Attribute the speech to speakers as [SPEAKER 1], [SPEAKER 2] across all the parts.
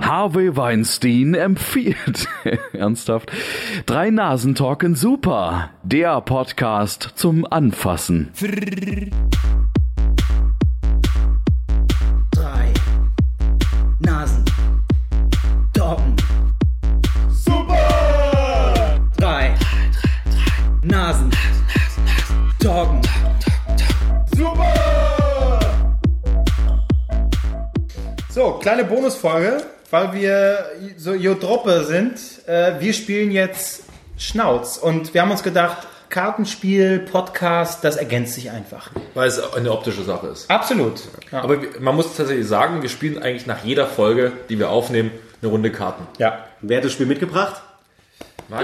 [SPEAKER 1] Harvey Weinstein empfiehlt. Ernsthaft. Drei Nasen talken super. Der Podcast zum Anfassen.
[SPEAKER 2] drei Nasen. Doggen. Super! Drei Nasen. Doggen.
[SPEAKER 3] So, kleine Bonusfolge, weil wir so Jodroppe sind. Äh, wir spielen jetzt Schnauz und wir haben uns gedacht, Kartenspiel, Podcast, das ergänzt sich einfach.
[SPEAKER 4] Weil es eine optische Sache ist.
[SPEAKER 3] Absolut. Ja.
[SPEAKER 4] Aber wir- man muss tatsächlich sagen, wir spielen eigentlich nach jeder Folge, die wir aufnehmen, eine Runde Karten.
[SPEAKER 3] ja.
[SPEAKER 5] Wer hat das Spiel mitgebracht?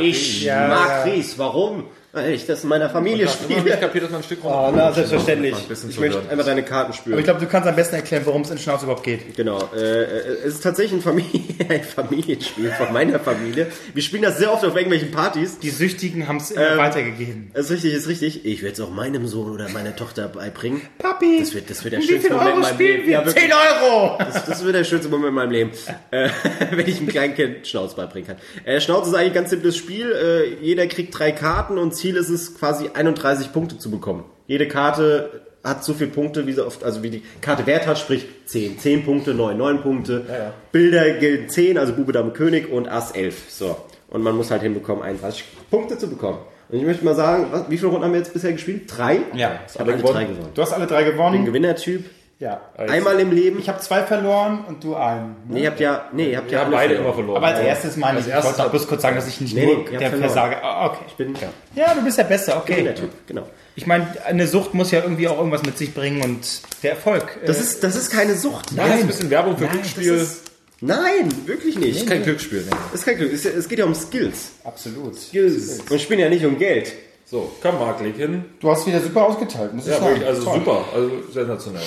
[SPEAKER 5] Ich
[SPEAKER 3] Ja,
[SPEAKER 5] mag
[SPEAKER 3] ja.
[SPEAKER 5] Ries. Warum? Weil ich das in meiner Familie
[SPEAKER 4] Ich habe nicht
[SPEAKER 5] spiele.
[SPEAKER 4] kapiert, dass man ein Stück
[SPEAKER 5] Oh,
[SPEAKER 4] runter.
[SPEAKER 5] na, selbstverständlich.
[SPEAKER 4] Ein bisschen
[SPEAKER 5] Ich
[SPEAKER 4] zu
[SPEAKER 5] möchte
[SPEAKER 4] hören.
[SPEAKER 5] einmal deine Karten
[SPEAKER 3] Aber
[SPEAKER 5] spüren.
[SPEAKER 3] ich glaube, du kannst am besten erklären, worum es in Schnauz überhaupt geht.
[SPEAKER 5] Genau. Äh, äh, es ist tatsächlich ein, Familie, ein Familienspiel von meiner Familie. Wir spielen das sehr oft auf irgendwelchen Partys.
[SPEAKER 3] Die Süchtigen haben es immer
[SPEAKER 5] Ähm,
[SPEAKER 3] weitergegeben.
[SPEAKER 5] Das ist richtig, ist richtig. Ich werde es auch meinem Sohn oder meiner Tochter beibringen.
[SPEAKER 3] Papi,
[SPEAKER 5] Das wird, das wird der
[SPEAKER 3] wie
[SPEAKER 5] schönste
[SPEAKER 3] viel
[SPEAKER 5] Moment in
[SPEAKER 3] Euro
[SPEAKER 5] meinem
[SPEAKER 3] spielen
[SPEAKER 5] Leben.
[SPEAKER 3] wir?
[SPEAKER 5] Ja, wirklich.
[SPEAKER 3] 10 Euro!
[SPEAKER 5] Das, das wird der schönste Moment in meinem Leben, äh, wenn ich einem kleinen Kind Schnauz beibringen kann. Äh, Schnauz ist eigentlich ein ganz simples Spiel. Äh, jeder kriegt drei Karten und Ziel ist es, quasi 31 Punkte zu bekommen. Jede Karte hat so viele Punkte, wie sie oft, also wie die Karte Wert hat, sprich 10. 10 Punkte, 9, 9 Punkte. Bilder gelten 10, also Bube, Dame, König und Ass 11. So. Und man muss halt hinbekommen, 31 Punkte zu bekommen. Und ich möchte mal sagen, was, wie viele Runden haben wir jetzt bisher gespielt? Drei?
[SPEAKER 3] Ja.
[SPEAKER 5] Ich habe alle drei gewonnen.
[SPEAKER 3] Du hast alle drei gewonnen.
[SPEAKER 5] Ein Gewinnertyp.
[SPEAKER 3] ja.
[SPEAKER 5] Einmal im Leben.
[SPEAKER 3] Ich habe zwei verloren und du einen.
[SPEAKER 5] Nee, ihr habt ja, nee, ihr habt
[SPEAKER 4] Wir
[SPEAKER 5] ja,
[SPEAKER 4] haben
[SPEAKER 5] alle
[SPEAKER 4] beide
[SPEAKER 5] verloren.
[SPEAKER 4] immer verloren.
[SPEAKER 3] Aber als erstes meine ich, ich
[SPEAKER 4] erstes
[SPEAKER 3] wollte noch bloß kurz sagen, dass ich nicht
[SPEAKER 5] Nee,
[SPEAKER 3] nur
[SPEAKER 5] nee, ihr habt
[SPEAKER 3] der
[SPEAKER 5] verloren.
[SPEAKER 3] Versager... Ah, okay.
[SPEAKER 5] Ich bin ja.
[SPEAKER 3] Ja, du bist der Beste, okay.
[SPEAKER 5] der Typ, genau.
[SPEAKER 3] Ich meine, eine Sucht muss ja irgendwie auch irgendwas mit sich bringen und der Erfolg. äh.
[SPEAKER 5] Das ist, das ist keine Sucht.
[SPEAKER 4] Das ist ein bisschen Werbung für Glücksspiel.
[SPEAKER 5] Das ist, nein, wirklich nicht.
[SPEAKER 4] Das ist kein Glücksspiel. Ne?
[SPEAKER 5] Das ist kein Glück. Es, es geht ja um Skills.
[SPEAKER 3] absolut.
[SPEAKER 5] Skills. Und spielen ja nicht um Geld.
[SPEAKER 4] So, komm, Marc, leg hin.
[SPEAKER 3] Du hast wieder super ausgeteilt, muss ich
[SPEAKER 4] Ja,
[SPEAKER 3] sagen.
[SPEAKER 4] wirklich, also
[SPEAKER 3] Toll.
[SPEAKER 4] super. Also sensationell.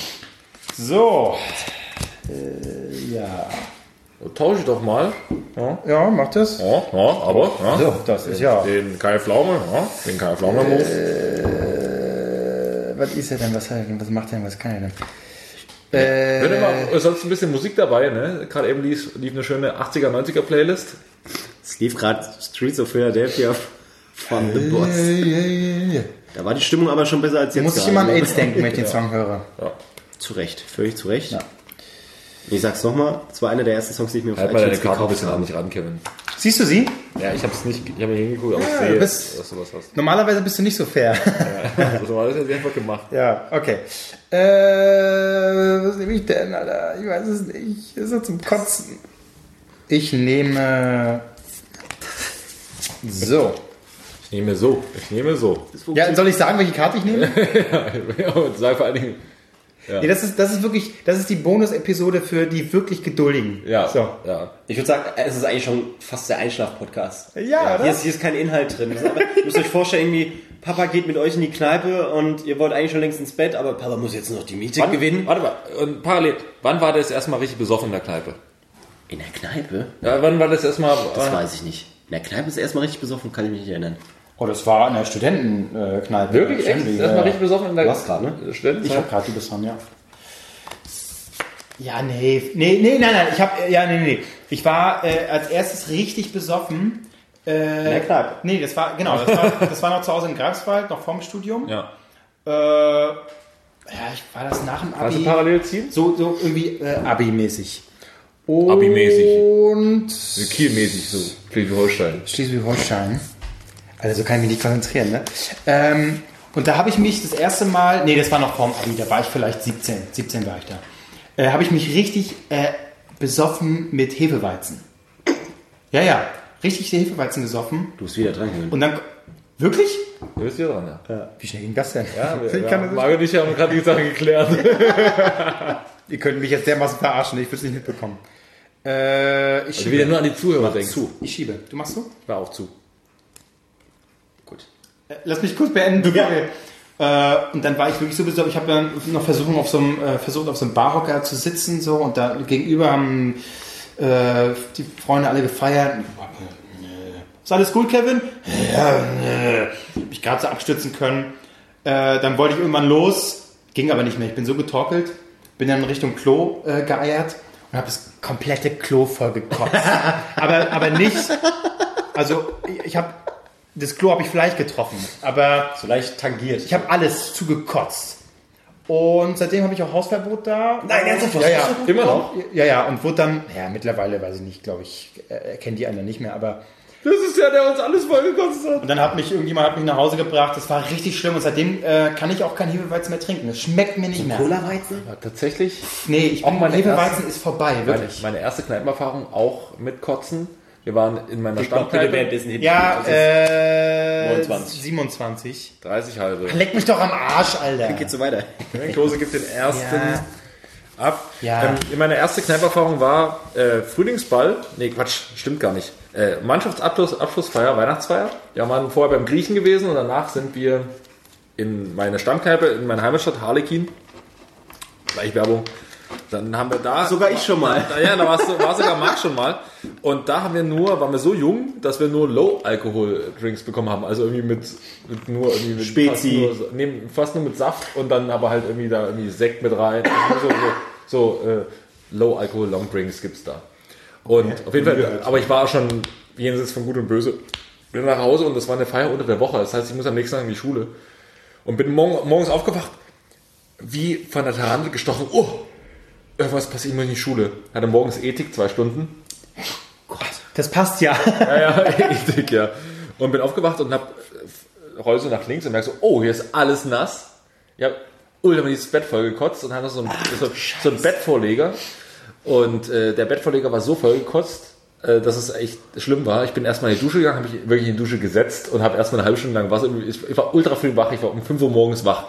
[SPEAKER 3] So. Äh, ja.
[SPEAKER 4] Tausche doch mal.
[SPEAKER 3] Ja, mach das.
[SPEAKER 4] Ja, ja, aber. Ja.
[SPEAKER 3] So, das ist ja.
[SPEAKER 4] Den Kai Pflaume. Ja, den Kai Pflaume-Move.
[SPEAKER 3] Was ist er denn? Was hat er denn? Was macht er denn? Was kann er denn?
[SPEAKER 4] Wenn immer, sonst ein bisschen Musik dabei, ne? Gerade eben lief, lief eine schöne 80er, 90er Playlist.
[SPEAKER 5] Es lief gerade Streets of Philadelphia von The Boss. Da war die Stimmung aber schon besser als jetzt.
[SPEAKER 3] Muss ich
[SPEAKER 5] gerade. Ne?
[SPEAKER 3] immer an AIDS denken, wenn ich den Song höre.
[SPEAKER 5] Zu Recht, völlig zu Recht. Ich sag's nochmal, das war einer der ersten Songs, die ich mir auf
[SPEAKER 4] Halt mal deine
[SPEAKER 5] iTunes
[SPEAKER 4] Karte ein
[SPEAKER 5] gekauft
[SPEAKER 4] bisschen an
[SPEAKER 5] habe.
[SPEAKER 4] mich ran, Kevin.
[SPEAKER 3] Siehst du sie?
[SPEAKER 4] Ja, ich hab's nicht, ich hab hier hingeguckt, aber ich
[SPEAKER 3] du
[SPEAKER 4] sehe,
[SPEAKER 3] bist-
[SPEAKER 4] dass du was hast. Also,
[SPEAKER 3] Normalerweise bist du nicht so fair.
[SPEAKER 4] Das war alles jetzt einfach gemacht.
[SPEAKER 3] Ja, okay. Äh, was nehme ich denn, Alter? Ich weiß es nicht. Das ist ja zum Kotzen. Ich nehme. So.
[SPEAKER 4] Ich nehme so, ich nehme so.
[SPEAKER 3] Ja, soll ich sagen, welche Karte ich nehme?
[SPEAKER 4] Ja, und sei vor allen Dingen,
[SPEAKER 3] Nee, das ist, das ist wirklich, das ist die Bonus-Episode für die wirklich Geduldigen.
[SPEAKER 4] ja,
[SPEAKER 3] So.
[SPEAKER 4] ja.
[SPEAKER 5] Ich würde sagen, es ist eigentlich schon fast der Einschlaf-Podcast.
[SPEAKER 3] Ja,
[SPEAKER 5] Hier
[SPEAKER 3] oder?
[SPEAKER 5] ist, hier ist kein Inhalt drin. Das ist aber- Ihr müsst euch vorstellen, irgendwie, Papa geht mit euch in die Kneipe und ihr wollt eigentlich schon längst ins Bett, aber Papa muss jetzt noch die Miete gewinnen.
[SPEAKER 4] Warte mal, und parallel, wann war das erstmal richtig besoffen in der Kneipe?
[SPEAKER 5] In der Kneipe?
[SPEAKER 4] Ja, wann war das erstmal,
[SPEAKER 5] Das
[SPEAKER 4] äh,
[SPEAKER 5] weiß ich nicht. In der Kneipe ist er erstmal richtig besoffen, kann ich mich nicht erinnern.
[SPEAKER 3] Oh, das war eine äh, Studentenkneipe.
[SPEAKER 4] wirklich echt? Erstmal
[SPEAKER 3] äh,
[SPEAKER 4] richtig besoffen in der
[SPEAKER 5] Du hast grad, ne?
[SPEAKER 4] Studenten-
[SPEAKER 3] Ich habe gerade die besonnen, ja. Ja, nee, nee, nee, nein, nein, ich habe, ja, nee, nee, nee. Ich war äh, als erstes richtig besoffen. Äh, In
[SPEAKER 5] der Kneipe.
[SPEAKER 3] Nee, das war, genau, das war, das war noch zu Hause in Greifswald, noch vorm Studium.
[SPEAKER 4] Ja.
[SPEAKER 3] Äh, ja, ich war das nach dem
[SPEAKER 4] Kannst du
[SPEAKER 3] Abi.
[SPEAKER 4] parallel ziehen?
[SPEAKER 3] So, so irgendwie äh, Abi-mäßig. Und
[SPEAKER 4] Abi-mäßig.
[SPEAKER 3] Und
[SPEAKER 4] Kielmäßig so, Schleswig-Holstein.
[SPEAKER 3] Schleswig-Holstein. Also so kann ich mich nicht konzentrieren, ne? Ähm, und da habe ich mich das erste Mal, nee, das war noch vorm Abi, da war ich vielleicht 17, 17 war ich da. Äh, habe ich mich richtig äh, besoffen mit Hefeweizen. Ja, ja, richtig Hefeweizen gesoffen.
[SPEAKER 5] Du bist wieder dran gewöhnt.
[SPEAKER 3] Und dann, wirklich?
[SPEAKER 4] Du bist hier dran, ja.
[SPEAKER 3] Wie schnell ging das denn?
[SPEAKER 4] wir,
[SPEAKER 3] ich
[SPEAKER 4] wir
[SPEAKER 3] kann das,
[SPEAKER 4] haben- Marc und ich haben gerade die Sache geklärt.
[SPEAKER 3] ihr könnt mich jetzt dermaßen verarschen, ich würde es nicht mitbekommen. Äh, ich
[SPEAKER 4] Ich will
[SPEAKER 3] schiebe.
[SPEAKER 4] ja Also nur an die Zuhörer denken. Zu.
[SPEAKER 3] Ich schiebe. Du machst so?
[SPEAKER 4] War auch zu.
[SPEAKER 5] Gut.
[SPEAKER 3] Äh, Lass mich kurz beenden, bevor wir. Äh, und dann war ich wirklich so besorgt. Ich habe dann noch versucht, auf so einem, äh, versucht, auf so einem Barhocker zu sitzen so und da gegenüber haben äh, die Freunde alle gefeiert. Ist alles gut, Kevin? Ja, ne. Hab mich gerade so abstützen können. Äh, dann wollte ich irgendwann los, ging aber nicht mehr. Ich bin so getorkelt, bin dann Richtung Klo äh, geeiert und und habe das komplette Klo voll gekotzt. aber, aber nicht, also ich habe, das Klo habe ich vielleicht getroffen, aber
[SPEAKER 5] So leicht tangiert.
[SPEAKER 3] ich habe alles zugekotzt. Und seitdem habe ich auch Hausverbot da.
[SPEAKER 5] Nein, ernsthaft, du hast
[SPEAKER 3] ja, ja.
[SPEAKER 5] Hausverbot?
[SPEAKER 4] Immer noch.
[SPEAKER 3] ja, ja, und wurde dann, naja, mittlerweile weiß ich nicht, glaube ich, äh, erkennen die anderen nicht mehr, aber
[SPEAKER 4] Das ist der, der uns alles vollgekostet hat.
[SPEAKER 3] und dann hat mich irgendjemand hat mich nach Hause gebracht. Das war richtig schlimm. Und seitdem äh, kann ich auch keinen Hefeweizen mehr trinken. Das schmeckt mir nicht mehr.
[SPEAKER 5] Cola-Weizen?
[SPEAKER 4] Ja, tatsächlich,
[SPEAKER 3] Nee, ich
[SPEAKER 4] Auch
[SPEAKER 3] bin,
[SPEAKER 4] meine
[SPEAKER 3] Hefeweizen ist vorbei,
[SPEAKER 4] meine,
[SPEAKER 3] wirklich.
[SPEAKER 4] meine erste Kneipenerfahrung auch mit Kotzen. Wir waren in meiner
[SPEAKER 5] Ich glaube, bitte
[SPEAKER 4] Stammkneipe.
[SPEAKER 5] währenddessen
[SPEAKER 3] ja, äh,
[SPEAKER 5] 29.
[SPEAKER 3] 27.
[SPEAKER 4] 30 halbe.
[SPEAKER 3] Leck mich doch am Arsch, Alter. Äh,
[SPEAKER 5] Geht so weiter.
[SPEAKER 4] Klose gibt den ersten
[SPEAKER 3] Ja.
[SPEAKER 4] ab.
[SPEAKER 3] Ja.
[SPEAKER 4] Ähm, in meiner erste Kneiperfahrung war äh, Frühlingsball. Nee, Quatsch, stimmt gar nicht. Äh, Mannschaftsabschluss, Abschlussfeier, Weihnachtsfeier. Wir waren vorher beim Griechen gewesen und danach sind wir in meine Stammkneipe, in meine Heimatstadt Harlekin. Gleich Werbung. Dann haben wir da.
[SPEAKER 5] Sogar ich schon mal.
[SPEAKER 4] Ja, ja, da warst du, war sogar Marc schon mal. Und da haben wir nur, waren wir so jung, dass wir nur Low-Alkohol-Drinks bekommen haben. Also irgendwie mit, mit nur irgendwie mit
[SPEAKER 5] Spezi.
[SPEAKER 4] fast nur so- nee, fast nur mit Saft und dann aber halt irgendwie da irgendwie Sekt mit rein. Also so so äh, Low-Alkohol-Long-Drinks gibt's da. Und auf jeden Fall, aber ich war schon jenseits von Gut und Böse. Bin nach Hause und das war eine Feier unter der Woche. Das heißt, ich muss am nächsten Tag in die Schule. Und bin morgen, morgens aufgewacht, wie von der Tarantel gestochen. Oh, irgendwas passiert immer in die Schule. Hatte morgens Ethik, zwei Stunden.
[SPEAKER 3] Das passt ja.
[SPEAKER 4] Ethik, ja. Und bin aufgewacht und hab, äh, roll so nach links und merk so, oh, hier ist alles nass. Ich hab ultra dieses Bett voll gekotzt und hatte so ein, so, so ein Bettvorleger. Und äh, der Bettvorleger war so voll gekotzt, äh, dass es echt schlimm war. Ich bin erstmal in die Dusche gegangen, habe mich wirklich in die Dusche gesetzt und habe erstmal eine halbe Stunde lang Wasser. Ich ich war ultra früh wach, ich war um 5 Uhr morgens wach.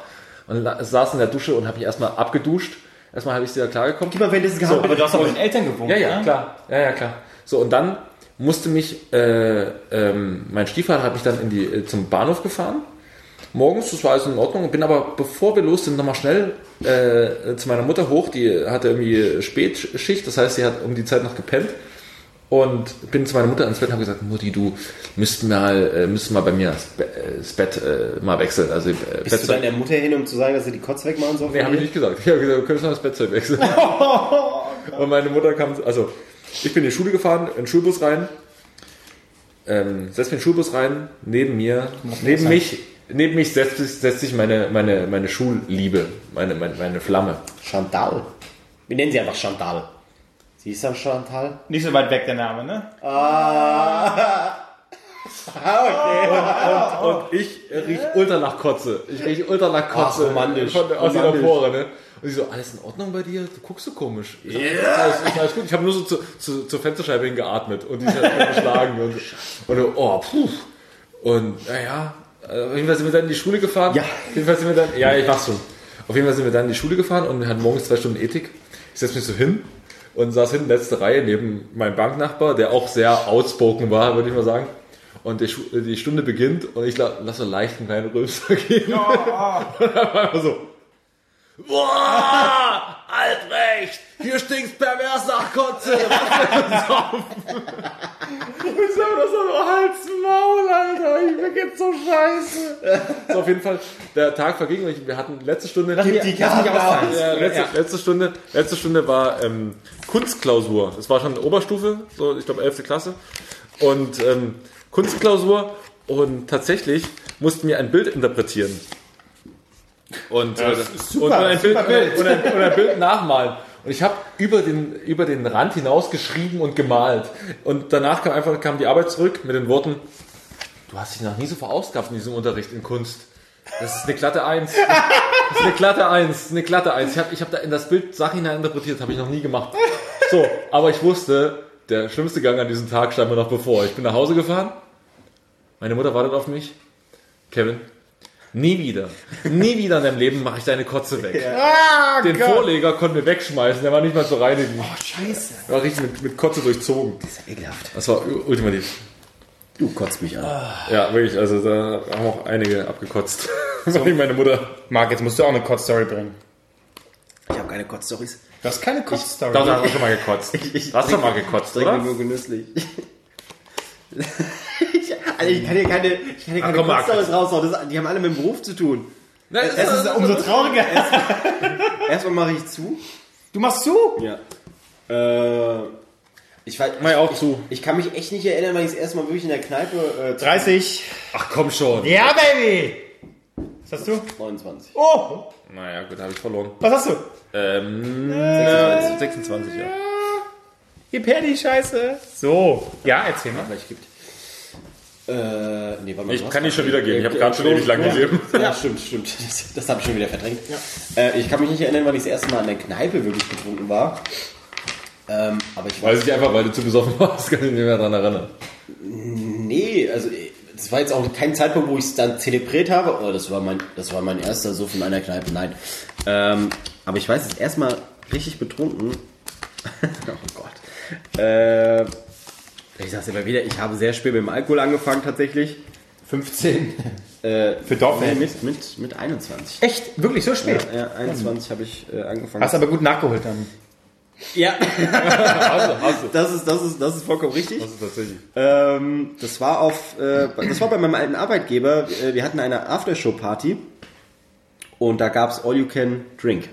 [SPEAKER 4] Und la- saß in der Dusche und habe mich erstmal abgeduscht. Erstmal habe ich wieder klargekommen.
[SPEAKER 5] Immer wenn das ist gehabt.
[SPEAKER 3] Aber du hast auch mit den Eltern gewohnt. ne?
[SPEAKER 4] Ja, ja, klar. Ja, ja, klar. So, und dann musste mich, äh, ähm, mein Stiefvater hat mich dann in die, äh, zum Bahnhof gefahren. Morgens, das war alles in Ordnung. Bin aber, bevor wir los sind, nochmal schnell äh, zu meiner Mutter hoch. Die hatte irgendwie Spätschicht, das heißt, sie hat um die Zeit noch gepennt. Und bin zu meiner Mutter ins Bett und habe gesagt, Mutti, du müsst mal, äh, müsst mal bei mir das, Be äh, das Bett äh, mal wechseln. Also, äh,
[SPEAKER 5] Bist du
[SPEAKER 4] Bettzeug-
[SPEAKER 5] deiner Mutter hin, um zu sagen, dass sie die Kotz wegmachen soll?
[SPEAKER 4] Nee, habe ich nicht gesagt. Ich habe gesagt, wir können schon das Bettzeug wechseln. und meine Mutter kam, also ich bin in die Schule gefahren, in den Schulbus rein, ähm, setzt mich in den Schulbus rein, neben mir, neben mich, neben mich setzt, sich- setzt sich meine, meine, meine Schulliebe, meine, meine, meine Flamme.
[SPEAKER 5] Chantal. Wir nennen sie einfach Chantal. Sie ist dann Chantal.
[SPEAKER 3] Nicht so weit weg der Name, ne?
[SPEAKER 4] Und ich riech ultra nach Kotze. Ich riech ultra nach Kotze.
[SPEAKER 5] Ach, romantisch.
[SPEAKER 4] Von, aus
[SPEAKER 5] Romantisch.
[SPEAKER 4] ihrer Pore, ne? Und ich so, alles in Ordnung bei dir? Du guckst so komisch. Ja. Alles, ist alles gut. Ich habe nur so zu, zu, zur Fensterscheibe hin geatmet und die ist halt geschlagen. Und, und so, oh, puh. Und naja, also auf jeden Fall sind wir dann in die Schule gefahren.
[SPEAKER 5] Ja.
[SPEAKER 4] Auf jeden Fall sind wir dann, ja, ich mach's schon. Auf jeden Fall sind wir dann in die Schule gefahren und wir hatten morgens zwei Stunden Ethik. Ich setz mich so hin und saß hinten letzte Reihe neben meinem Banknachbar, der auch sehr outspoken war, würde ich mal sagen. Und die, Schu- die Stunde beginnt und ich la- lasse so leicht einen kleinen Rülpser gehen. und dann war ich so, boah, Albrecht, hier stinkt's pervers nach Kotze. Was ist auf? Ich sag das so, halt's Maul, Alter, ich mir geht's so scheiße. So, auf jeden Fall, der Tag verging und ich- wir hatten letzte Stunde...
[SPEAKER 3] Die kannst du nicht auszahlen.
[SPEAKER 4] Ja, letzte, letzte Stunde, letzte Stunde war ähm, Kunstklausur. Es war schon Oberstufe, so ich glaube 11. Klasse. Und ähm, Kunstklausur und tatsächlich mussten wir ein Bild interpretieren. Und, äh, und ein, Bild, Und, ein, und ein Bild nachmalen. Und ich habe über den, über den Rand hinaus geschrieben und gemalt. Und danach kam einfach kam die Arbeit zurück mit den Worten, du hast dich noch nie so verausgabt in diesem Unterricht in Kunst. Das ist eine glatte Eins. Das ist eine glatte Eins, eine glatte Eins. Ich habe ich hab da in das Bild Sachen hineininterpretiert, habe ich noch nie gemacht. So, aber ich wusste, der schlimmste Gang an diesem Tag stand mir noch bevor. Ich bin nach Hause gefahren, meine Mutter wartet auf mich. Kevin, nie wieder, nie wieder in deinem Leben mache ich deine Kotze weg. Den Vorleger konnten wir wegschmeißen, der war nicht mal zu reinigen.
[SPEAKER 3] Ah, Oh, scheiße.
[SPEAKER 4] War richtig mit, mit Kotze durchzogen.
[SPEAKER 5] Ekelhaft.
[SPEAKER 4] Das war u- ultimativ.
[SPEAKER 5] Du kotzt mich an.
[SPEAKER 4] Ja, wirklich, also da haben auch einige abgekotzt. So. meine Mutter.
[SPEAKER 3] Marc, jetzt musst du auch eine Kotz-Story bringen.
[SPEAKER 5] Ich habe keine Kotz-Stories.
[SPEAKER 3] Du hast keine Kotz-Story.
[SPEAKER 4] Da haben wir schon mal gekotzt. Hast du mal gekotzt,
[SPEAKER 5] Trinke
[SPEAKER 4] oder?
[SPEAKER 5] mir nur genüsslich. ich, also ich kann hier keine, ich kann hier keine
[SPEAKER 4] komm, Marc.
[SPEAKER 5] Kotz-Stories raushauen. Das, die haben alle mit dem Beruf zu tun.
[SPEAKER 4] Na,
[SPEAKER 3] Es ist umso trauriger.
[SPEAKER 5] Erstmal mache ich zu.
[SPEAKER 3] Du machst zu?
[SPEAKER 5] Ja. Äh, ich weiß,
[SPEAKER 4] Mach ich auch
[SPEAKER 5] ich,
[SPEAKER 4] zu.
[SPEAKER 5] Ich kann mich echt nicht erinnern, weil ich das erste Mal wirklich in der Kneipe äh,
[SPEAKER 6] 30.
[SPEAKER 4] Ach komm schon.
[SPEAKER 6] Ja, Baby! Was hast du?
[SPEAKER 5] 29.
[SPEAKER 6] Oh,
[SPEAKER 4] Naja, gut, habe ich verloren.
[SPEAKER 6] was hast du?
[SPEAKER 4] Ähm, 26,
[SPEAKER 3] Äh,
[SPEAKER 4] ja.
[SPEAKER 6] Gib her die Scheiße. So, ja, erzähl mal.
[SPEAKER 5] Vielleicht gibt. Äh, nee, warte mal.
[SPEAKER 4] Ich
[SPEAKER 5] was?
[SPEAKER 4] kann die schon wieder geben. Ich habe
[SPEAKER 5] Äh,
[SPEAKER 4] gerade schon
[SPEAKER 5] Klo-
[SPEAKER 4] ewig lang
[SPEAKER 5] Klo-
[SPEAKER 4] gegeben.
[SPEAKER 5] Ja, stimmt, stimmt. Das, das habe ich schon wieder verdrängt. Äh, ich kann mich nicht erinnern, wann ich das erste Mal in der Kneipe wirklich betrunken war. Ähm, aber ich weiß.
[SPEAKER 4] Weiß ich einfach, weil du zu besoffen warst, kann ich mich nicht mehr dran erinnern.
[SPEAKER 5] Nee, also äh, das war jetzt auch kein Zeitpunkt, wo ich es dann zelebriert habe. Oh, das war mein, das war mein erster Suff in einer Kneipe. Nein. Ähm, aber ich weiß es erstmal richtig betrunken. oh Gott. Äh, ich sag's immer wieder, ich habe sehr spät mit dem Alkohol angefangen tatsächlich.
[SPEAKER 3] 15.
[SPEAKER 5] Äh,
[SPEAKER 3] Für Dortmund.
[SPEAKER 5] mit, mit, mit 21.
[SPEAKER 3] Echt? Wirklich so spät?
[SPEAKER 5] Ja, ja, 21 habe ich äh, angefangen.
[SPEAKER 3] Hast aber gut nachgeholt dann.
[SPEAKER 5] Ja,
[SPEAKER 4] Also, hast du.
[SPEAKER 5] das ist, das ist, das ist vollkommen richtig.
[SPEAKER 4] Das ist tatsächlich.
[SPEAKER 5] Ähm, das war auf, äh, das war bei meinem alten Arbeitgeber. Äh, Wir hatten eine Aftershow-Party und da gab's All You Can Drink.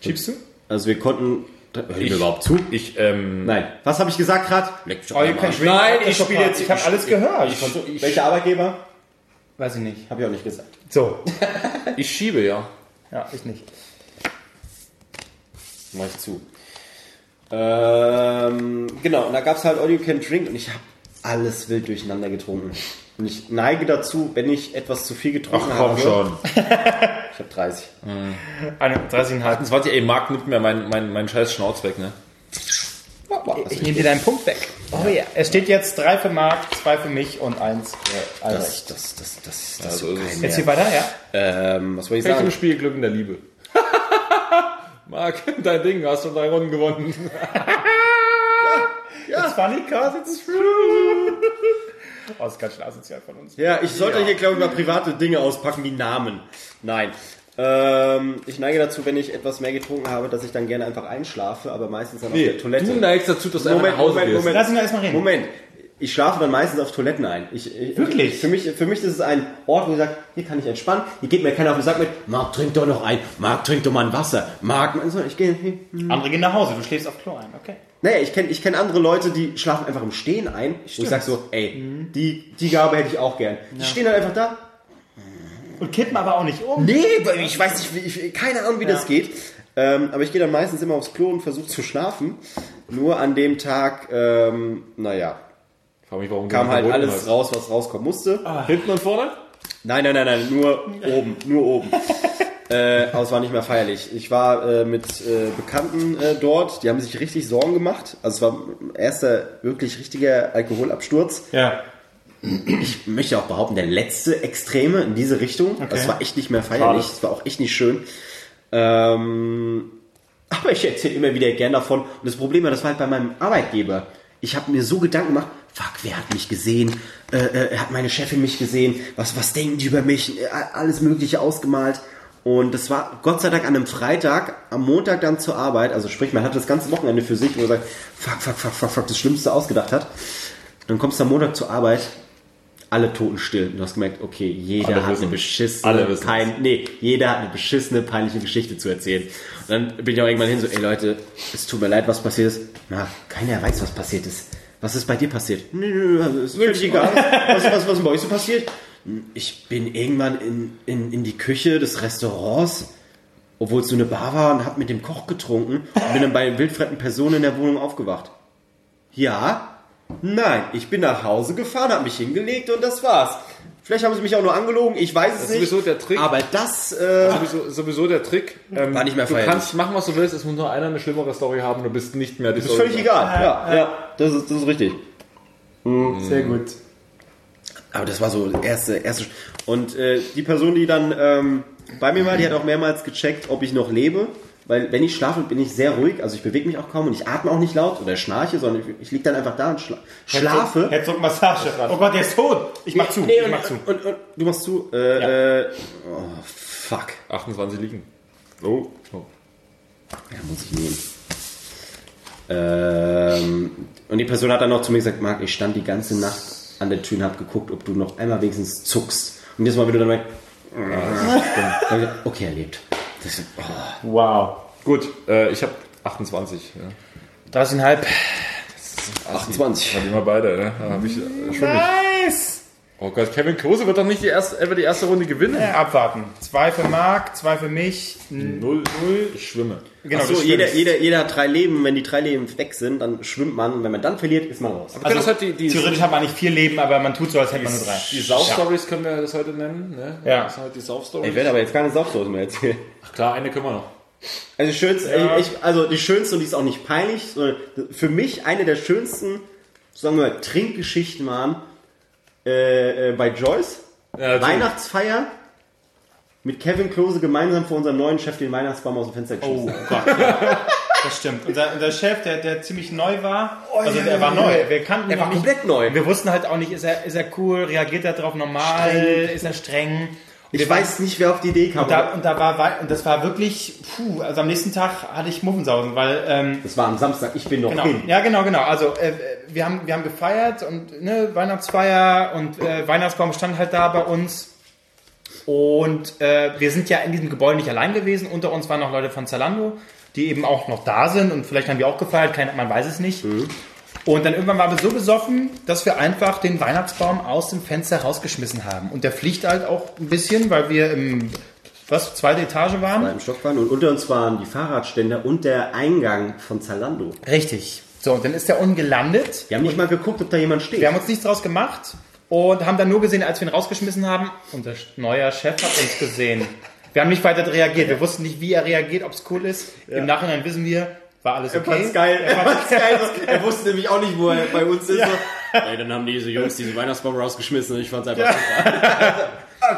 [SPEAKER 3] Schiebst du?
[SPEAKER 5] Also wir konnten. Hör ich mir überhaupt zu?
[SPEAKER 4] Ich, ähm.
[SPEAKER 5] Nein. Was habe ich gesagt gerade?
[SPEAKER 3] Oh, ihr könnt
[SPEAKER 4] Nein, ich
[SPEAKER 3] spiele jetzt. Ich habe alles gehört. Also,
[SPEAKER 5] Welcher Arbeitgeber?
[SPEAKER 3] Weiß ich nicht.
[SPEAKER 5] Habe ich auch nicht gesagt.
[SPEAKER 3] So.
[SPEAKER 4] Ich schiebe, ja.
[SPEAKER 3] Ja, ich nicht.
[SPEAKER 5] Mach ich zu. Ähm, genau, und da gab's halt All You Can Drink und ich habe alles wild durcheinander getrunken. Und ich neige dazu, wenn ich etwas zu viel getrunken
[SPEAKER 4] Ach
[SPEAKER 5] habe.
[SPEAKER 4] komm schon.
[SPEAKER 5] Ich habe 30.
[SPEAKER 3] 31,5.
[SPEAKER 4] Das war die, ey, Marc nimmt mir meinen mein, mein scheiß Schnauz weg, ne?
[SPEAKER 3] Ich nehme dir deinen Punkt weg. Oh ja. Es steht jetzt 3 für Marc, 2 für mich und 1 für
[SPEAKER 5] Das,
[SPEAKER 3] Albrecht.
[SPEAKER 5] das, das, das, das
[SPEAKER 4] so
[SPEAKER 5] ist
[SPEAKER 4] ist Also,
[SPEAKER 5] kein
[SPEAKER 4] es.
[SPEAKER 5] mehr.
[SPEAKER 3] Jetzt hier weiter, ja?
[SPEAKER 5] Ähm, was soll ich
[SPEAKER 4] Pech im
[SPEAKER 5] sagen?
[SPEAKER 4] Spiel, Glück in der Liebe. Marc, dein Ding, hast du drei Runden gewonnen.
[SPEAKER 3] It's funny cause it's true. oh, das ist ganz schön asozial von uns.
[SPEAKER 5] Ja, ich sollte hier, glaube ich, mal private Dinge auspacken, wie Namen. Nein. Ähm, ich neige dazu, wenn ich etwas mehr getrunken habe, dass ich dann gerne einfach einschlafe, aber meistens dann auf der Toilette.
[SPEAKER 4] Du neigst dazu, dass du einfach nach Hause gehst.
[SPEAKER 3] Lass ihn doch erstmal reden.
[SPEAKER 5] Moment. Ich schlafe dann meistens auf Toiletten ein. Ich, ich,
[SPEAKER 3] Wirklich?
[SPEAKER 5] Ich, für, mich, für mich ist es ein Ort, wo ich sage, hier kann ich entspannen. Hier geht mir keiner auf den Sack mit, Marc, trink doch noch ein. Marc, trink doch mal ein Wasser. Marc, ich gehe hin.
[SPEAKER 3] Andere gehen nach Hause, du schläfst auf Klo ein, okay.
[SPEAKER 5] Naja, ich kenne ich kenn andere Leute, die schlafen einfach im Stehen ein. Und ich sag so, ey, die, die Gabe hätte ich auch gern. Die stehen dann einfach da.
[SPEAKER 3] Und kippen aber auch nicht um.
[SPEAKER 5] Nee, weil ich weiß nicht, wie- ich, keine Ahnung, wie
[SPEAKER 3] Ja.
[SPEAKER 5] das geht. Ähm, aber ich gehe dann meistens immer aufs Klo und versuche zu schlafen. Nur an dem Tag, ähm, naja,
[SPEAKER 4] Ich frage mich, warum
[SPEAKER 5] kam
[SPEAKER 4] nicht
[SPEAKER 5] halt
[SPEAKER 4] verboten
[SPEAKER 5] alles
[SPEAKER 4] hast.
[SPEAKER 5] raus, was rauskommen musste.
[SPEAKER 3] Ah.
[SPEAKER 4] Hinten und vorne?
[SPEAKER 5] Nein, nein, nein, nein, nur oben, nur oben. äh, aber es war nicht mehr feierlich. Ich war äh, mit äh, Bekannten äh, dort, die haben sich richtig Sorgen gemacht. Also es war mein erster wirklich richtiger Alkoholabsturz.
[SPEAKER 3] Ja.
[SPEAKER 5] ich möchte auch behaupten, der letzte Extreme in diese Richtung. Also es war echt nicht mehr feierlich, es war auch echt nicht schön. Ähm, aber ich erzähle immer wieder gern davon. Und das Problem war, das war halt bei meinem Arbeitgeber. Ich habe mir so Gedanken gemacht, fuck, wer hat mich gesehen? Äh, äh, hat meine Chefin mich gesehen? Was, was denken die über mich? Äh, alles Mögliche ausgemalt. Und das war Gott sei Dank an einem Freitag, am Montag dann zur Arbeit. Also sprich, man hat das ganze Wochenende für sich, wo man sagt, fuck, fuck, fuck, fuck, fuck, das Schlimmste ausgedacht hat. Dann kommst du am Montag zur Arbeit, alle toten still. Und du hast gemerkt, okay, jeder
[SPEAKER 4] Alle
[SPEAKER 5] hat
[SPEAKER 4] wissen's.
[SPEAKER 5] eine beschissene,
[SPEAKER 4] Alle wissen's.
[SPEAKER 5] pein, nee, jeder hat eine beschissene, peinliche Geschichte zu erzählen. Und dann bin ich auch irgendwann hin so, ey Leute, es tut mir leid, was passiert ist. Na, keiner weiß, was passiert ist. Was ist bei dir passiert? Nö, nö, also ist völlig egal. Was, was, was ist bei euch so passiert? Ich bin irgendwann in, in, in die Küche des Restaurants, obwohl es so eine Bar war, und hab mit dem Koch getrunken und bin dann bei wildfremden Personen in der Wohnung aufgewacht. Ja, Nein, ich bin nach Hause gefahren, habe mich hingelegt und das war's. Vielleicht haben sie mich auch nur angelogen, ich weiß es
[SPEAKER 4] Das ist
[SPEAKER 5] nicht.
[SPEAKER 4] sowieso der Trick. Also
[SPEAKER 5] Aber das, äh,
[SPEAKER 4] Sowieso, sowieso der Trick. ähm,
[SPEAKER 5] War nicht mehr
[SPEAKER 4] Du
[SPEAKER 5] feierlich.
[SPEAKER 4] kannst machen, was du willst, es muss nur einer eine schlimmere Story haben, du bist nicht mehr die
[SPEAKER 5] ist völlig egal. Ja, ja, das ist, das ist richtig.
[SPEAKER 3] Sehr gut.
[SPEAKER 5] Aber das war so erste, erste. Sch- Und äh, die Person, die dann ähm, bei mir war, die hat auch mehrmals gecheckt, ob ich noch lebe. Weil wenn ich schlafe, bin ich sehr ruhig. Also ich bewege mich auch kaum und ich atme auch nicht laut oder schnarche, sondern ich, ich liege dann einfach da und schla schlafe.
[SPEAKER 3] Herzdruckmassage. Oh Gott, der ist tot. Ich mach zu.
[SPEAKER 5] Nee,
[SPEAKER 3] ich
[SPEAKER 5] und,
[SPEAKER 3] mach zu.
[SPEAKER 5] Und, und, du machst zu. Äh, äh, oh, fuck.
[SPEAKER 4] 28 liegen. Oh.
[SPEAKER 5] Ja, muss ich nehmen. Ähm, und die Person hat dann noch zu mir gesagt, Marc, ich stand die ganze Nacht an der Tür und hab geguckt, ob du noch einmal wenigstens zuckst. Und jedes Mal, wenn du dann meinst, hab ich gesagt, okay, er lebt. Das, oh.
[SPEAKER 3] Wow.
[SPEAKER 4] Gut, äh, ich habe 28. Ja.
[SPEAKER 3] 30,5.
[SPEAKER 5] 28.
[SPEAKER 4] Immer beide, ne? Da hab ich äh, schon nicht.
[SPEAKER 3] Nice!
[SPEAKER 4] Oh Gott, Kevin Klose wird doch nicht die erste, etwa die erste Runde gewinnen.
[SPEAKER 3] Ja, abwarten. Zwei für Marc, zwei für mich.
[SPEAKER 4] Null, null. Ich schwimme.
[SPEAKER 3] Genau,
[SPEAKER 5] Achso,
[SPEAKER 3] das
[SPEAKER 5] jeder,
[SPEAKER 3] stimmt.
[SPEAKER 5] jeder, jeder hat drei Leben. Wenn die drei Leben weg sind, dann schwimmt man. Wenn man dann verliert, ist man raus.
[SPEAKER 4] Also, das hat die, die,
[SPEAKER 3] Theoretisch hat man eigentlich vier Leben, aber man tut so, als hätte man nur drei.
[SPEAKER 4] die Sauf-Stories können wir das heute nennen. Ne?
[SPEAKER 3] Ja.
[SPEAKER 4] Das sind halt die
[SPEAKER 5] Ich
[SPEAKER 4] Sauf-Stories.
[SPEAKER 5] werde aber jetzt keine Saufstoßen mehr erzählen.
[SPEAKER 4] Ach klar, eine können wir noch.
[SPEAKER 5] Also, die schönste, ich, ich, also die schönste und die ist auch nicht peinlich. sondern Für mich eine der schönsten, sagen wir mal, Trinkgeschichten waren äh, äh, bei Joyce.
[SPEAKER 4] Ja, natürlich.
[SPEAKER 5] Weihnachtsfeier mit Kevin Klose gemeinsam vor unserem neuen Chef den Weihnachtsbaum aus dem Fenster geschossen.
[SPEAKER 3] Oh Gott, ja. das stimmt. Unser, unser Chef, der, der ziemlich neu war,
[SPEAKER 5] Oh,
[SPEAKER 3] also der war neu, wir kannten ihn
[SPEAKER 5] Er war
[SPEAKER 3] noch nicht.
[SPEAKER 5] komplett neu.
[SPEAKER 3] Wir wussten halt auch nicht, ist er, ist er cool, reagiert er drauf normal,
[SPEAKER 5] Streng.
[SPEAKER 3] ist er streng. Und
[SPEAKER 5] Ich
[SPEAKER 3] wir waren-
[SPEAKER 5] weiß nicht, wer auf die Idee kam.
[SPEAKER 3] Und da, und da war, wei- und das war wirklich, puh, also am nächsten Tag hatte ich Muffensausen, weil, ähm,
[SPEAKER 5] das war am Samstag, ich bin noch
[SPEAKER 3] genau,
[SPEAKER 5] hin.
[SPEAKER 3] ja genau, genau, also äh, wir, haben, wir haben gefeiert und ne, Weihnachtsfeier und äh, Weihnachtsbaum stand halt da bei uns und äh, wir sind ja in diesem Gebäude nicht allein gewesen, unter uns waren noch Leute von Zalando, die eben auch noch da sind und vielleicht haben wir auch gefeiert, kein, man weiß es nicht. Und dann irgendwann waren wir so besoffen, dass wir einfach den Weihnachtsbaum aus dem Fenster rausgeschmissen haben. Und der fliegt halt auch ein bisschen, weil wir im, was, zweite Etage waren.
[SPEAKER 5] Im Stock waren und unter uns waren die Fahrradständer und der Eingang von Zalando.
[SPEAKER 3] Richtig. So, und dann ist der unten gelandet.
[SPEAKER 5] Wir haben nicht mal geguckt, ob da jemand steht.
[SPEAKER 3] Wir haben uns nichts draus gemacht und haben dann nur gesehen, als wir ihn rausgeschmissen haben, unser neuer Chef hat uns gesehen. Wir haben nicht weiter reagiert. Wir wussten nicht, wie er reagiert, ob es cool ist. Im Nachhinein wissen wir, war alles okay.
[SPEAKER 5] fand's geil. Er, fand's geil. er wusste nämlich auch nicht, wo er bei uns ist. Ey, dann haben diese Jungs diesen Weihnachtsbaum rausgeschmissen und ich fand's einfach super.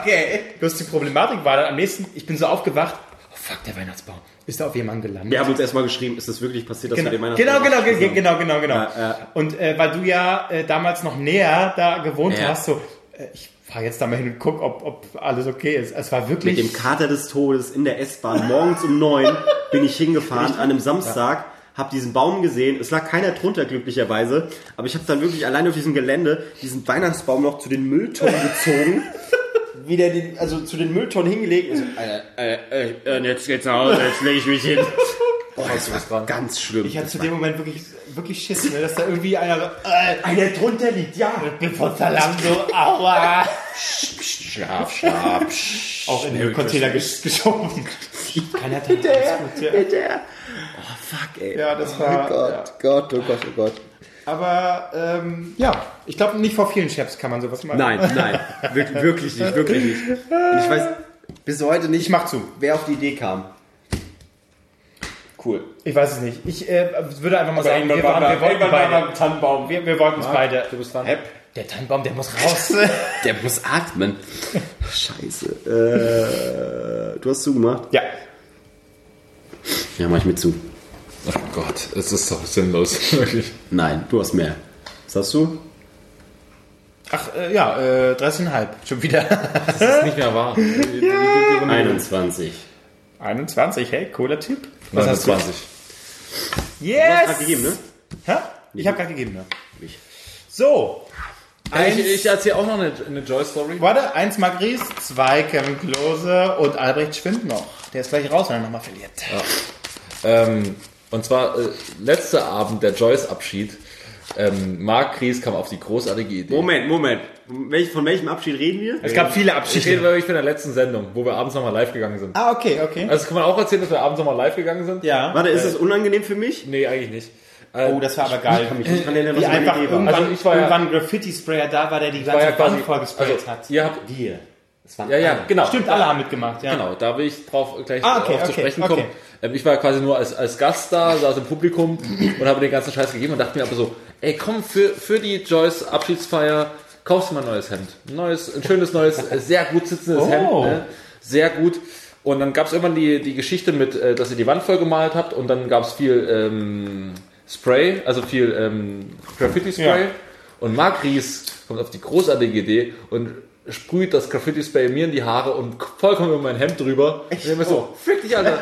[SPEAKER 5] okay.
[SPEAKER 3] Bloß die Problematik war dann am nächsten, ich bin so aufgewacht, oh fuck, der Weihnachtsbaum. Ist da auf jemanden gelandet?
[SPEAKER 5] Wir haben uns erstmal geschrieben, ist das wirklich passiert, dass
[SPEAKER 3] Genau,
[SPEAKER 5] wir den
[SPEAKER 3] genau, genau,
[SPEAKER 5] Weihnachtsbaum
[SPEAKER 3] genau,
[SPEAKER 5] rausgeschmissen haben?
[SPEAKER 3] genau, genau, genau.
[SPEAKER 5] Ja, ja.
[SPEAKER 3] Und äh, weil du ja äh, damals noch näher da gewohnt
[SPEAKER 5] Ja.
[SPEAKER 3] hast, so, äh, ich fahre jetzt da mal hin und guck, ob, ob alles okay ist. Es war wirklich.
[SPEAKER 5] Mit dem Kater des Todes in der S-Bahn morgens um neun bin ich hingefahren an einem Samstag, habe diesen Baum gesehen. Es lag keiner drunter glücklicherweise, aber ich habe dann wirklich allein auf diesem Gelände diesen Weihnachtsbaum noch zu den Mülltonnen gezogen. Wieder den, also zu den Mülltonnen hingelegt. Also, äh, äh, äh, äh, jetzt geht's nach Hause, jetzt lege ich mich hin. Boah, das war ganz schlimm.
[SPEAKER 3] Ich hatte zu dem Moment wirklich, wirklich Schiss, ne, dass da irgendwie einer so, äh,
[SPEAKER 5] einer drunter liegt, ja.
[SPEAKER 3] von Zalando, aua,
[SPEAKER 5] Schlaf, schlaf,
[SPEAKER 3] auch in den Container gesch geschoben. Keiner hat
[SPEAKER 5] bitte. Oh, fuck, ey.
[SPEAKER 3] Ja, das war,
[SPEAKER 5] oh Gott,
[SPEAKER 3] ja.
[SPEAKER 5] Gott, oh Gott, oh Gott.
[SPEAKER 3] Aber, ähm, ja, ich glaube, nicht vor vielen Chefs kann man sowas machen.
[SPEAKER 5] Nein, nein, wirklich, wirklich nicht, wirklich nicht. Und ich weiß bis heute nicht,
[SPEAKER 3] Ich mach zu.
[SPEAKER 5] wer auf die Idee kam. Cool.
[SPEAKER 3] Ich weiß es nicht. Ich äh, würde einfach mal sagen, wir, waren, wir wollten beide.
[SPEAKER 4] Tannenbaum.
[SPEAKER 3] Wir, wir wollten es beide.
[SPEAKER 5] Hep,
[SPEAKER 3] Der Tannenbaum, der muss raus.
[SPEAKER 5] der muss atmen. Scheiße. Äh, du hast zugemacht?
[SPEAKER 3] ja.
[SPEAKER 5] Ja, mach ich mit zu.
[SPEAKER 4] Oh Gott, es ist doch sinnlos. Wirklich.
[SPEAKER 5] Nein, du hast mehr. Was hast du?
[SPEAKER 3] Ach, äh, ja, äh, 13,5. Schon wieder.
[SPEAKER 4] Das ist nicht mehr wahr. Die- die- die Runde-
[SPEAKER 5] 21.
[SPEAKER 3] 21, hey, cooler Tipp. Was hast du?
[SPEAKER 4] 29.
[SPEAKER 3] Yes!
[SPEAKER 5] Hat gegeben, ne?
[SPEAKER 3] Hä? Ich habe gerade gegeben, ne? So,
[SPEAKER 4] Ich, ich erzähle auch noch eine, eine Joy-Story.
[SPEAKER 3] warte, eins Marc Ries, zwei Kevin Klose und Albrecht schwimmt noch. Der ist gleich raus, wenn er nochmal verliert.
[SPEAKER 4] Ähm, und zwar äh, letzter Abend der Joyce-Abschied. Ähm, Marc Kries kam auf die großartige Idee.
[SPEAKER 5] Moment, Moment. Welch- Von welchem Abschied reden wir?
[SPEAKER 3] Es gab viele
[SPEAKER 4] Ich rede
[SPEAKER 3] Abschiede.
[SPEAKER 4] wirklich von der letzten Sendung, wo wir abends nochmal live gegangen sind.
[SPEAKER 3] Ah, okay, okay.
[SPEAKER 4] Also kann man auch erzählen, dass wir abends nochmal live gegangen sind?
[SPEAKER 3] Ja.
[SPEAKER 5] Warte, ist das unangenehm für mich?
[SPEAKER 4] Nee, eigentlich nicht.
[SPEAKER 3] Oh, das war aber geil.
[SPEAKER 5] Ich kann erinnern,
[SPEAKER 3] Wie
[SPEAKER 5] meine
[SPEAKER 3] einfach
[SPEAKER 5] Idee war.
[SPEAKER 3] irgendwann,
[SPEAKER 4] Also ich war ja-
[SPEAKER 3] irgendwann ein Graffiti-Sprayer da war, der die
[SPEAKER 4] war
[SPEAKER 3] ganze
[SPEAKER 4] ja quasi.
[SPEAKER 3] Wand vollgesprayt hat.
[SPEAKER 4] ihr habt.
[SPEAKER 5] Wir. Das waren
[SPEAKER 4] Ja, ja,
[SPEAKER 5] alle.
[SPEAKER 4] genau.
[SPEAKER 3] Ah, Stimmt, alle haben mitgemacht, ja.
[SPEAKER 4] Genau, da will ich drauf gleich
[SPEAKER 3] Ah, okay,
[SPEAKER 4] drauf zu
[SPEAKER 3] okay,
[SPEAKER 4] sprechen
[SPEAKER 3] okay.
[SPEAKER 4] kommen. Ähm, Ich war ja quasi nur als, als Gast da, saß im Publikum und habe den ganzen Scheiß gegeben und dachte mir aber so, ey komm, für, für die Joyce Abschiedsfeier kaufst du mal ein neues Hemd. Ein, neues, ein schönes, neues, äh, sehr gut sitzendes
[SPEAKER 3] Oh.
[SPEAKER 4] Hemd. Ne? Sehr gut. Und dann gab es irgendwann die, die Geschichte mit, äh, dass ihr die Wand voll gemalt habt und dann gab es viel ähm, Spray, also viel ähm, Graffiti-Spray.
[SPEAKER 3] Ja.
[SPEAKER 4] Und Marc Ries kommt auf die großartige Idee und sprüht das Graffiti-Spray mir in die Haare und vollkommen über mein Hemd drüber. Echt? Und ich mir
[SPEAKER 3] Oh.
[SPEAKER 4] so, fick dich, Alter. Das-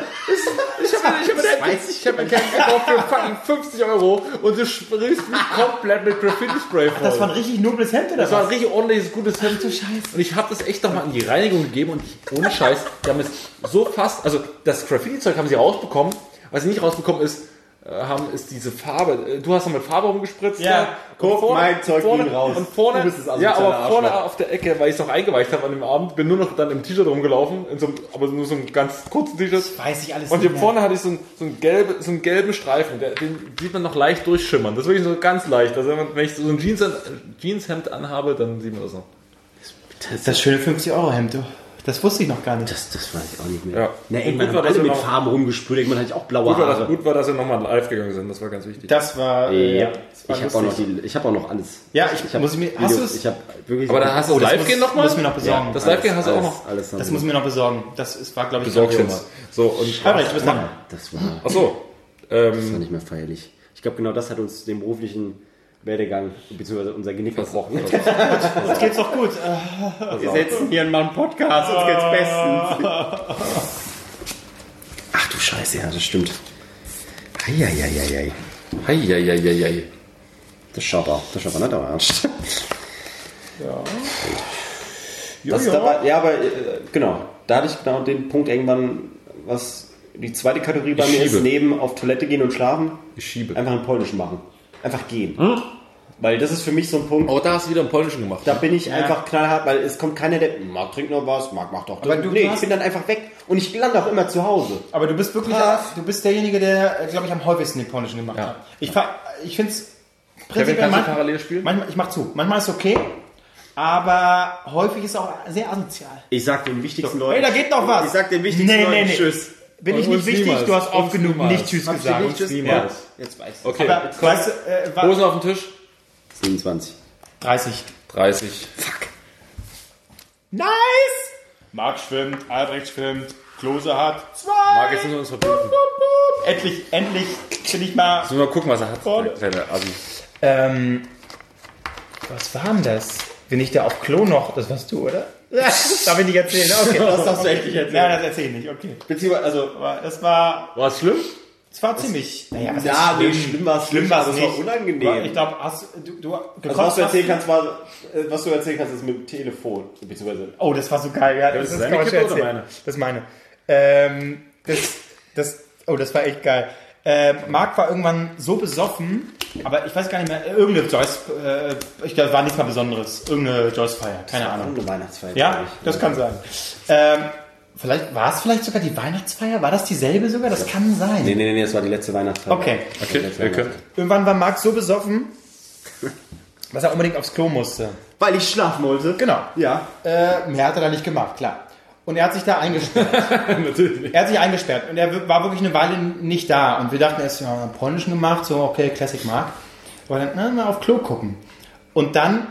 [SPEAKER 4] Ich hab mir- ich hab mir ein Hemd-
[SPEAKER 5] weiß ich
[SPEAKER 4] ich hab mir ein Hemd gekauft für fucking 50 Euro und du sprühst mich komplett mit Graffiti-Spray voll.
[SPEAKER 3] Das war ein richtig nobles Hemd, oder
[SPEAKER 4] Das war ein
[SPEAKER 3] was?
[SPEAKER 4] richtig ordentliches, gutes Hemd. Und ich habe das echt nochmal in die Reinigung gegeben und ohne Scheiß, die haben es so fast, also das Graffiti-Zeug haben sie rausbekommen. Was sie nicht rausbekommen ist, äh, haben, ist diese Farbe. Äh, Du hast doch mit Farbe rumgespritzt.
[SPEAKER 6] Ja.
[SPEAKER 4] ne?
[SPEAKER 5] Guck,
[SPEAKER 4] Und
[SPEAKER 5] mein Zeug
[SPEAKER 4] vorne,
[SPEAKER 5] ging raus.
[SPEAKER 4] Und vorne,
[SPEAKER 5] Du bist das
[SPEAKER 4] ja,
[SPEAKER 5] asoziale
[SPEAKER 4] aber vorne
[SPEAKER 5] Arschloch.
[SPEAKER 4] auf der Ecke, weil ich es noch eingeweicht habe an dem Abend, bin nur noch dann im T-Shirt rumgelaufen, in so einem, aber nur so einem ganz kurzen T-Shirt.
[SPEAKER 6] Weiß ich alles
[SPEAKER 4] Und
[SPEAKER 6] nicht
[SPEAKER 4] hier
[SPEAKER 6] mehr.
[SPEAKER 4] vorne hatte ich so einen, so einen, gelbe, so einen gelben Streifen, der, den sieht man noch leicht durchschimmern. Das ist wirklich so ganz leicht. Also wenn man- wenn ich so ein Jeans, Jeanshemd anhabe, dann sieht man das noch.
[SPEAKER 3] Das ist das schöne 50-Euro-Hemd. du. Das wusste ich noch gar nicht.
[SPEAKER 5] Das, das weiß ich auch nicht mehr.
[SPEAKER 4] Ja.
[SPEAKER 5] Na,
[SPEAKER 4] Und gut war
[SPEAKER 5] irgendwann haben alle
[SPEAKER 4] das
[SPEAKER 5] mit
[SPEAKER 4] auch noch-
[SPEAKER 5] Farben rumgesprüht, irgendwann hatte ich auch blaue
[SPEAKER 4] Gut war, das,
[SPEAKER 5] Haare.
[SPEAKER 4] gut war, dass wir nochmal live gegangen sind, das war ganz wichtig.
[SPEAKER 3] Das war. äh,
[SPEAKER 5] Ja,
[SPEAKER 3] das war
[SPEAKER 5] ich habe auch, noch
[SPEAKER 3] lustig.
[SPEAKER 5] die- ich hab auch noch alles.
[SPEAKER 3] Ja, ich-
[SPEAKER 5] hab
[SPEAKER 3] muss ich mir-
[SPEAKER 5] Videos,
[SPEAKER 3] hast du's?
[SPEAKER 5] Ich habe wirklich.
[SPEAKER 4] aber da hast du
[SPEAKER 3] das
[SPEAKER 4] live gehen
[SPEAKER 3] muss-
[SPEAKER 4] nochmal?
[SPEAKER 3] muss mir noch besorgen.
[SPEAKER 4] das live gehen hast du auch
[SPEAKER 5] alles-
[SPEAKER 4] noch.
[SPEAKER 5] Alles haben
[SPEAKER 3] Das
[SPEAKER 5] wir
[SPEAKER 3] muss ich
[SPEAKER 5] noch.
[SPEAKER 3] mir noch besorgen. Das ist, war, glaube ich,
[SPEAKER 4] Besorgst du mal.
[SPEAKER 3] grandios.
[SPEAKER 4] So, und
[SPEAKER 3] Aber ich muss machen.
[SPEAKER 5] Das war,
[SPEAKER 4] Ach so.
[SPEAKER 5] das war
[SPEAKER 4] Ähm,
[SPEAKER 5] nicht mehr feierlich. Ich glaube, genau das hat uns den beruflichen Werdegang bzw. unser Genick gebrochen.
[SPEAKER 3] Das geht's doch gut. Äh,
[SPEAKER 5] Wir setzen hier mal einen Podcast, uns geht's bestens. Ach du Scheiße, ja, das stimmt. Eieieiei.
[SPEAKER 4] Heieieiei.
[SPEAKER 5] Das Schapper, das Schapper nicht am Arsch.
[SPEAKER 4] Ja,
[SPEAKER 5] Das
[SPEAKER 4] ja.
[SPEAKER 5] ja. Dabei, ja, aber äh, genau, da hatte ich genau den Punkt irgendwann, was die zweite Kategorie bei
[SPEAKER 4] Ich
[SPEAKER 5] mir ist,
[SPEAKER 4] schiebe.
[SPEAKER 5] neben auf Toilette gehen und schlafen,
[SPEAKER 4] Ich schiebe. Hm.
[SPEAKER 5] einfach einen polnischen machen. Einfach gehen. Weil das ist für mich so ein Punkt,
[SPEAKER 4] Aber da hast du wieder einen polnischen gemacht. ne?
[SPEAKER 5] da bin ich einfach knallhart, weil es kommt keiner, der, Marc, trink noch was, Marc, mach doch das.
[SPEAKER 3] Aber du
[SPEAKER 5] nee, ich
[SPEAKER 3] hast-
[SPEAKER 5] bin dann einfach weg und ich lande auch immer zu Hause.
[SPEAKER 3] Aber du bist wirklich,
[SPEAKER 5] Brav.
[SPEAKER 3] du bist derjenige, der, glaube ich, am häufigsten den polnischen gemacht hat. Ich, fa- ich finde es prinzipiell
[SPEAKER 4] kannst du
[SPEAKER 3] manch-
[SPEAKER 4] parallel spielen?
[SPEAKER 3] Manchmal, ich mach zu. Manchmal ist okay, aber häufig ist auch sehr asozial.
[SPEAKER 5] Ich sag den wichtigsten
[SPEAKER 3] Hey, da geht noch was.
[SPEAKER 5] Ich sag den wichtigsten
[SPEAKER 3] Nee, nee,
[SPEAKER 5] Leuten
[SPEAKER 3] nee.
[SPEAKER 5] Tschüss.
[SPEAKER 3] Bin ich nicht
[SPEAKER 4] uns
[SPEAKER 3] wichtig,
[SPEAKER 4] niemals.
[SPEAKER 3] du hast oft
[SPEAKER 4] Uns
[SPEAKER 3] genug
[SPEAKER 4] niemals.
[SPEAKER 3] nicht Tschüss
[SPEAKER 5] Hab's dir
[SPEAKER 3] gesagt.
[SPEAKER 5] nicht Tschüss
[SPEAKER 4] Niemals.
[SPEAKER 5] Jetzt weiß ich.
[SPEAKER 4] Okay.
[SPEAKER 3] Aber, weißt du, äh, war-
[SPEAKER 4] Hosen auf den Tisch.
[SPEAKER 5] 27.
[SPEAKER 3] 30.
[SPEAKER 4] 30.
[SPEAKER 3] Nice! Marc schwimmt, Albrecht schwimmt, Klose hat zwei.
[SPEAKER 4] Marc, jetzt müssen wir uns verbinden.
[SPEAKER 3] Endlich, endlich, bin ich mal.
[SPEAKER 4] Müssen wir mal gucken, was er hat.
[SPEAKER 3] Vorne.
[SPEAKER 4] Kleine Assi.
[SPEAKER 3] Ähm, was war denn das? Bin ich da auf Klo noch? Das warst du, oder? Darf ich nicht erzählen? Okay.
[SPEAKER 5] Das darfst du echt nicht erzählen.
[SPEAKER 3] Nein, das erzähl ich nicht, okay.
[SPEAKER 5] Beziehungsweise, also,
[SPEAKER 3] Aber es war,
[SPEAKER 4] War es schlimm?
[SPEAKER 3] es war ziemlich. Naja, was
[SPEAKER 5] ja,
[SPEAKER 3] heißt
[SPEAKER 5] nee, schlimm war es
[SPEAKER 3] Schlimm war es
[SPEAKER 5] aber
[SPEAKER 3] nicht.
[SPEAKER 5] war unangenehm.
[SPEAKER 3] Ich glaube, hast du, du gekotzt
[SPEAKER 5] Also was du
[SPEAKER 3] hast-
[SPEAKER 5] erzählen kannst, war, äh, was du erzählen kannst, ist mit dem Telefon, beziehungsweise.
[SPEAKER 3] Oh, das war so geil. Ja,
[SPEAKER 4] das
[SPEAKER 3] das,
[SPEAKER 4] ist
[SPEAKER 3] kann
[SPEAKER 4] deine
[SPEAKER 3] man schon
[SPEAKER 4] Kippe oder
[SPEAKER 3] erzählen.
[SPEAKER 4] meine?
[SPEAKER 3] Das ist meine. Ähm, das, das, oh, das war echt geil. Ähm, Marc war irgendwann so besoffen, aber ich weiß gar nicht mehr, irgendeine Joyce, äh, ich glaube, war nichts mal Besonderes. Irgendeine Joyce-Feier, keine Ahnung.
[SPEAKER 5] Eine Weihnachtsfeier.
[SPEAKER 3] Ja,
[SPEAKER 5] glaub ich.
[SPEAKER 3] das kann sein. Ähm, vielleicht war es vielleicht sogar die Weihnachtsfeier? War das dieselbe sogar? Das kann sein.
[SPEAKER 5] Nee, nee, nee, das war die letzte Weihnachtsfeier.
[SPEAKER 3] Okay.
[SPEAKER 5] Okay,
[SPEAKER 4] wir können.
[SPEAKER 3] Irgendwann war Marc so besoffen, dass er unbedingt aufs Klo musste.
[SPEAKER 5] Weil ich schlafen wollte.
[SPEAKER 3] Genau.
[SPEAKER 5] Ja.
[SPEAKER 3] Äh, mehr hat er da nicht gemacht, klar. Und er hat sich da eingesperrt. Er hat sich eingesperrt und er wir- war wirklich eine Weile nicht da. Und wir dachten, er ist ja am Polnischen gemacht, so okay, Classic Mark. Aber dann, na, mal auf Klo gucken. Und dann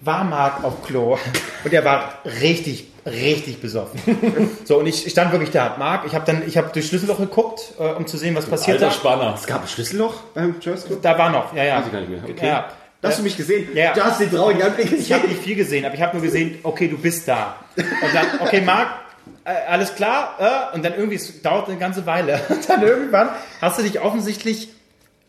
[SPEAKER 3] war Mark auf Klo und er war richtig, richtig besoffen. So, und ich stand wirklich da. Mark, ich habe dann, ich habe durch Schlüsselloch geguckt, äh, um zu sehen, was passiert da.
[SPEAKER 4] Spanner.
[SPEAKER 5] Es gab ein Schlüsselloch beim Joyce Club.
[SPEAKER 3] Da war noch, ja, ja.
[SPEAKER 5] ich gar nicht mehr. Okay.
[SPEAKER 3] ja.
[SPEAKER 5] Da hast du mich gesehen.
[SPEAKER 3] Ja.
[SPEAKER 5] Du hast den traurigen Anblick
[SPEAKER 3] Ich habe
[SPEAKER 5] gesehen.
[SPEAKER 3] nicht viel gesehen, aber ich habe nur gesehen, okay, du bist da. Und dann, okay, Marc, äh, alles klar. Äh, und dann irgendwie, es dauert eine ganze Weile. Und dann irgendwann hast du dich offensichtlich,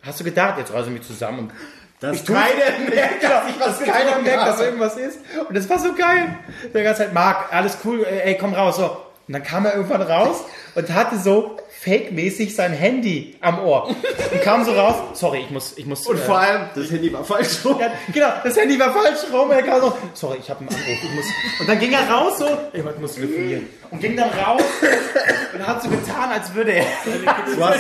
[SPEAKER 3] hast du gedacht, jetzt reiße ich mich zusammen. Und
[SPEAKER 5] Das
[SPEAKER 3] keiner merkt, dass ich was keiner merkt, dass irgendwas ist. Und das war so geil. Der ganze Zeit, Marc, alles cool, äh, ey, komm raus. So. Und dann kam er irgendwann raus und hatte so fake-mäßig sein Handy am Ohr. Und kam so raus, sorry, ich muss, ich muss. äh,
[SPEAKER 5] Und vor allem, das Handy war falsch rum.
[SPEAKER 3] Ja, genau, das Handy war falsch rum. Er kam so, sorry, ich habe einen Anruf. Ich muss. Und dann ging er raus so, ich muss telefonieren. Und ging dann raus und hat so getan, als würde er.
[SPEAKER 5] Du hast,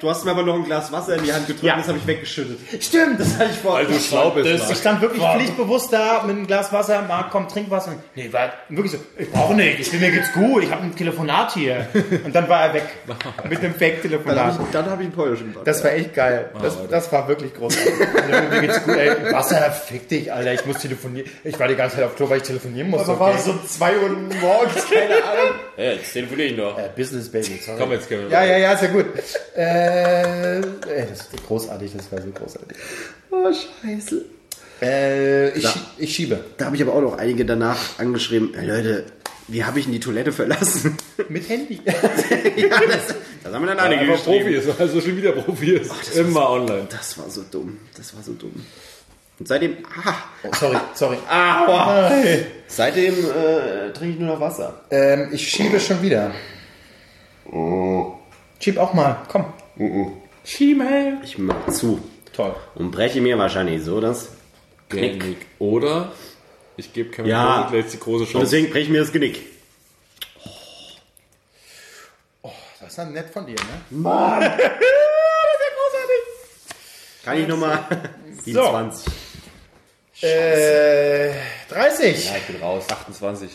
[SPEAKER 5] du hast mir aber noch ein Glas Wasser in die Hand gedrückt
[SPEAKER 3] Ja.
[SPEAKER 5] und das habe ich weggeschüttet.
[SPEAKER 3] Stimmt, das
[SPEAKER 5] Weil ich vor
[SPEAKER 4] Weil du schlau bist.
[SPEAKER 3] Ich
[SPEAKER 4] Marc.
[SPEAKER 3] stand wirklich pflichtbewusst da mit einem Glas Wasser. Marc, komm, trink was. Und Nee, war wirklich so, ich brauche nicht, ich bin mir geht's gut, ich habe ein Telefonat hier. Und dann war er weg mit einem
[SPEAKER 5] Dann
[SPEAKER 3] Fake-Telefonat.
[SPEAKER 5] habe ich, dann hab ich einen polnischen gemacht.
[SPEAKER 3] Das war echt geil. Das, das war wirklich großartig. Also, mir geht's gut, ey. Wasser, fick dich, Alter. Ich muss telefonieren. Ich war die ganze Zeit auf Tour, weil ich telefonieren musste.
[SPEAKER 5] war es um 2 Uhr morgens, keine Ahnung.
[SPEAKER 4] Ja, jetzt telefoniere ich noch.
[SPEAKER 3] Business Baby, sorry.
[SPEAKER 4] Komm jetzt, Kevin.
[SPEAKER 3] Ja, ja, ja, ist ja gut. Äh, ey, das ist großartig, das war so großartig.
[SPEAKER 5] Oh, scheiße.
[SPEAKER 3] Äh, ich,
[SPEAKER 5] Ja.
[SPEAKER 3] schie- ich schiebe.
[SPEAKER 5] Da habe ich aber auch noch einige danach angeschrieben, "Ey, Leute, wie habe ich denn die Toilette verlassen?
[SPEAKER 3] Mit Handy.
[SPEAKER 5] ja, das, das haben wir dann einige
[SPEAKER 4] Einfach
[SPEAKER 5] geschrieben.
[SPEAKER 4] Profi ist, also schon wieder Profi ist. Immer online.
[SPEAKER 5] Das war so dumm, das war so dumm. Und seitdem, ah,
[SPEAKER 3] Sorry, sorry.
[SPEAKER 5] aua. Seitdem äh, trinke ich nur noch Wasser.
[SPEAKER 3] Ähm, ich schiebe schon wieder. Schieb auch mal, komm.
[SPEAKER 6] Schiemel.
[SPEAKER 5] Ich mach zu
[SPEAKER 3] Toll.
[SPEAKER 5] und breche mir wahrscheinlich so das Genick.
[SPEAKER 4] Genick. Oder ich gebe Cameron
[SPEAKER 5] Ja.
[SPEAKER 4] Johnson jetzt die große
[SPEAKER 5] Und
[SPEAKER 4] Chance.
[SPEAKER 5] deswegen breche ich mir das Genick.
[SPEAKER 3] Das ist dann nett von dir, ne?
[SPEAKER 5] Kann ich nochmal? 27.
[SPEAKER 3] Äh, 30.
[SPEAKER 5] Ja, ich bin raus.
[SPEAKER 4] 28.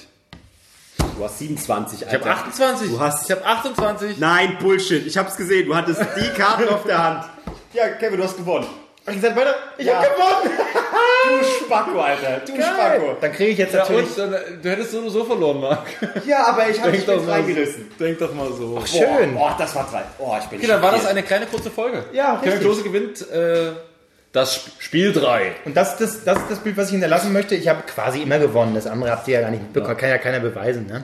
[SPEAKER 5] Du hast 27,
[SPEAKER 4] Ich habe 28.
[SPEAKER 5] Du hast-
[SPEAKER 4] ich habe 28.
[SPEAKER 5] Nein, Bullshit. Ich hab's gesehen. Du hattest die Karten auf der Hand. Ja, Kevin, du hast gewonnen.
[SPEAKER 3] Ich sag weiter. Ich hab gewonnen.
[SPEAKER 5] Du Spacko, Alter. Du Spacko.
[SPEAKER 3] Dann kriege ich jetzt
[SPEAKER 4] Ja,
[SPEAKER 3] natürlich.
[SPEAKER 4] und, äh, du hättest so, so verloren, Marc.
[SPEAKER 5] Ja, aber ich hab
[SPEAKER 4] Denk
[SPEAKER 5] dich mit
[SPEAKER 4] doch mal
[SPEAKER 5] reingerissen.
[SPEAKER 4] so. Denk doch mal so. Ach,
[SPEAKER 3] Schön.
[SPEAKER 5] Oh, das war drei. Oh, ich bin
[SPEAKER 4] Okay, dann war das eine kleine kurze Folge.
[SPEAKER 3] Ja,
[SPEAKER 4] Kevin
[SPEAKER 3] richtig.
[SPEAKER 4] Klose gewinnt äh, das Sp Spiel 3.
[SPEAKER 3] Und das, das, das ist das Bild, was ich hinterlassen möchte. Ich habe quasi immer gewonnen. Das andere habt ihr ja gar nicht mitbekommen. Kann ja keiner beweisen, ne?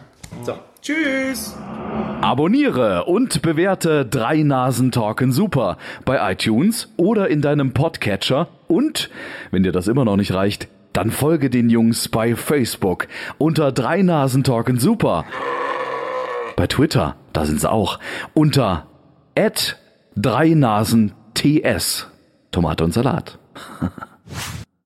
[SPEAKER 1] Abonniere und bewerte drei Nasen Talken Super bei iTunes oder in deinem Podcatcher und, wenn dir das immer noch nicht reicht, dann folge den Jungs bei Facebook unter drei Nasen Talken Super. Bei Twitter, da sind sie auch, unter @dreinasen_ts. Tomate und Salat.